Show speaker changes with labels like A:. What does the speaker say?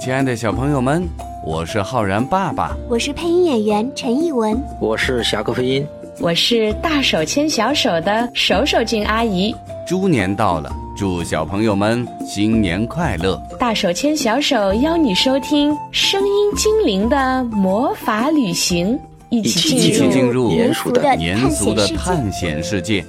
A: 亲爱的小朋友们，我是浩然爸爸，
B: 我是配音演员陈艺文，
C: 我是侠客配音，
D: 我是大手牵小手的手手静阿姨。
A: 猪年到了，祝小朋友们新年快乐！
D: 大手牵小手邀你收听声音精灵的魔法旅行，一起
A: 一起进入
B: 民俗的
A: 严肃的探险世界。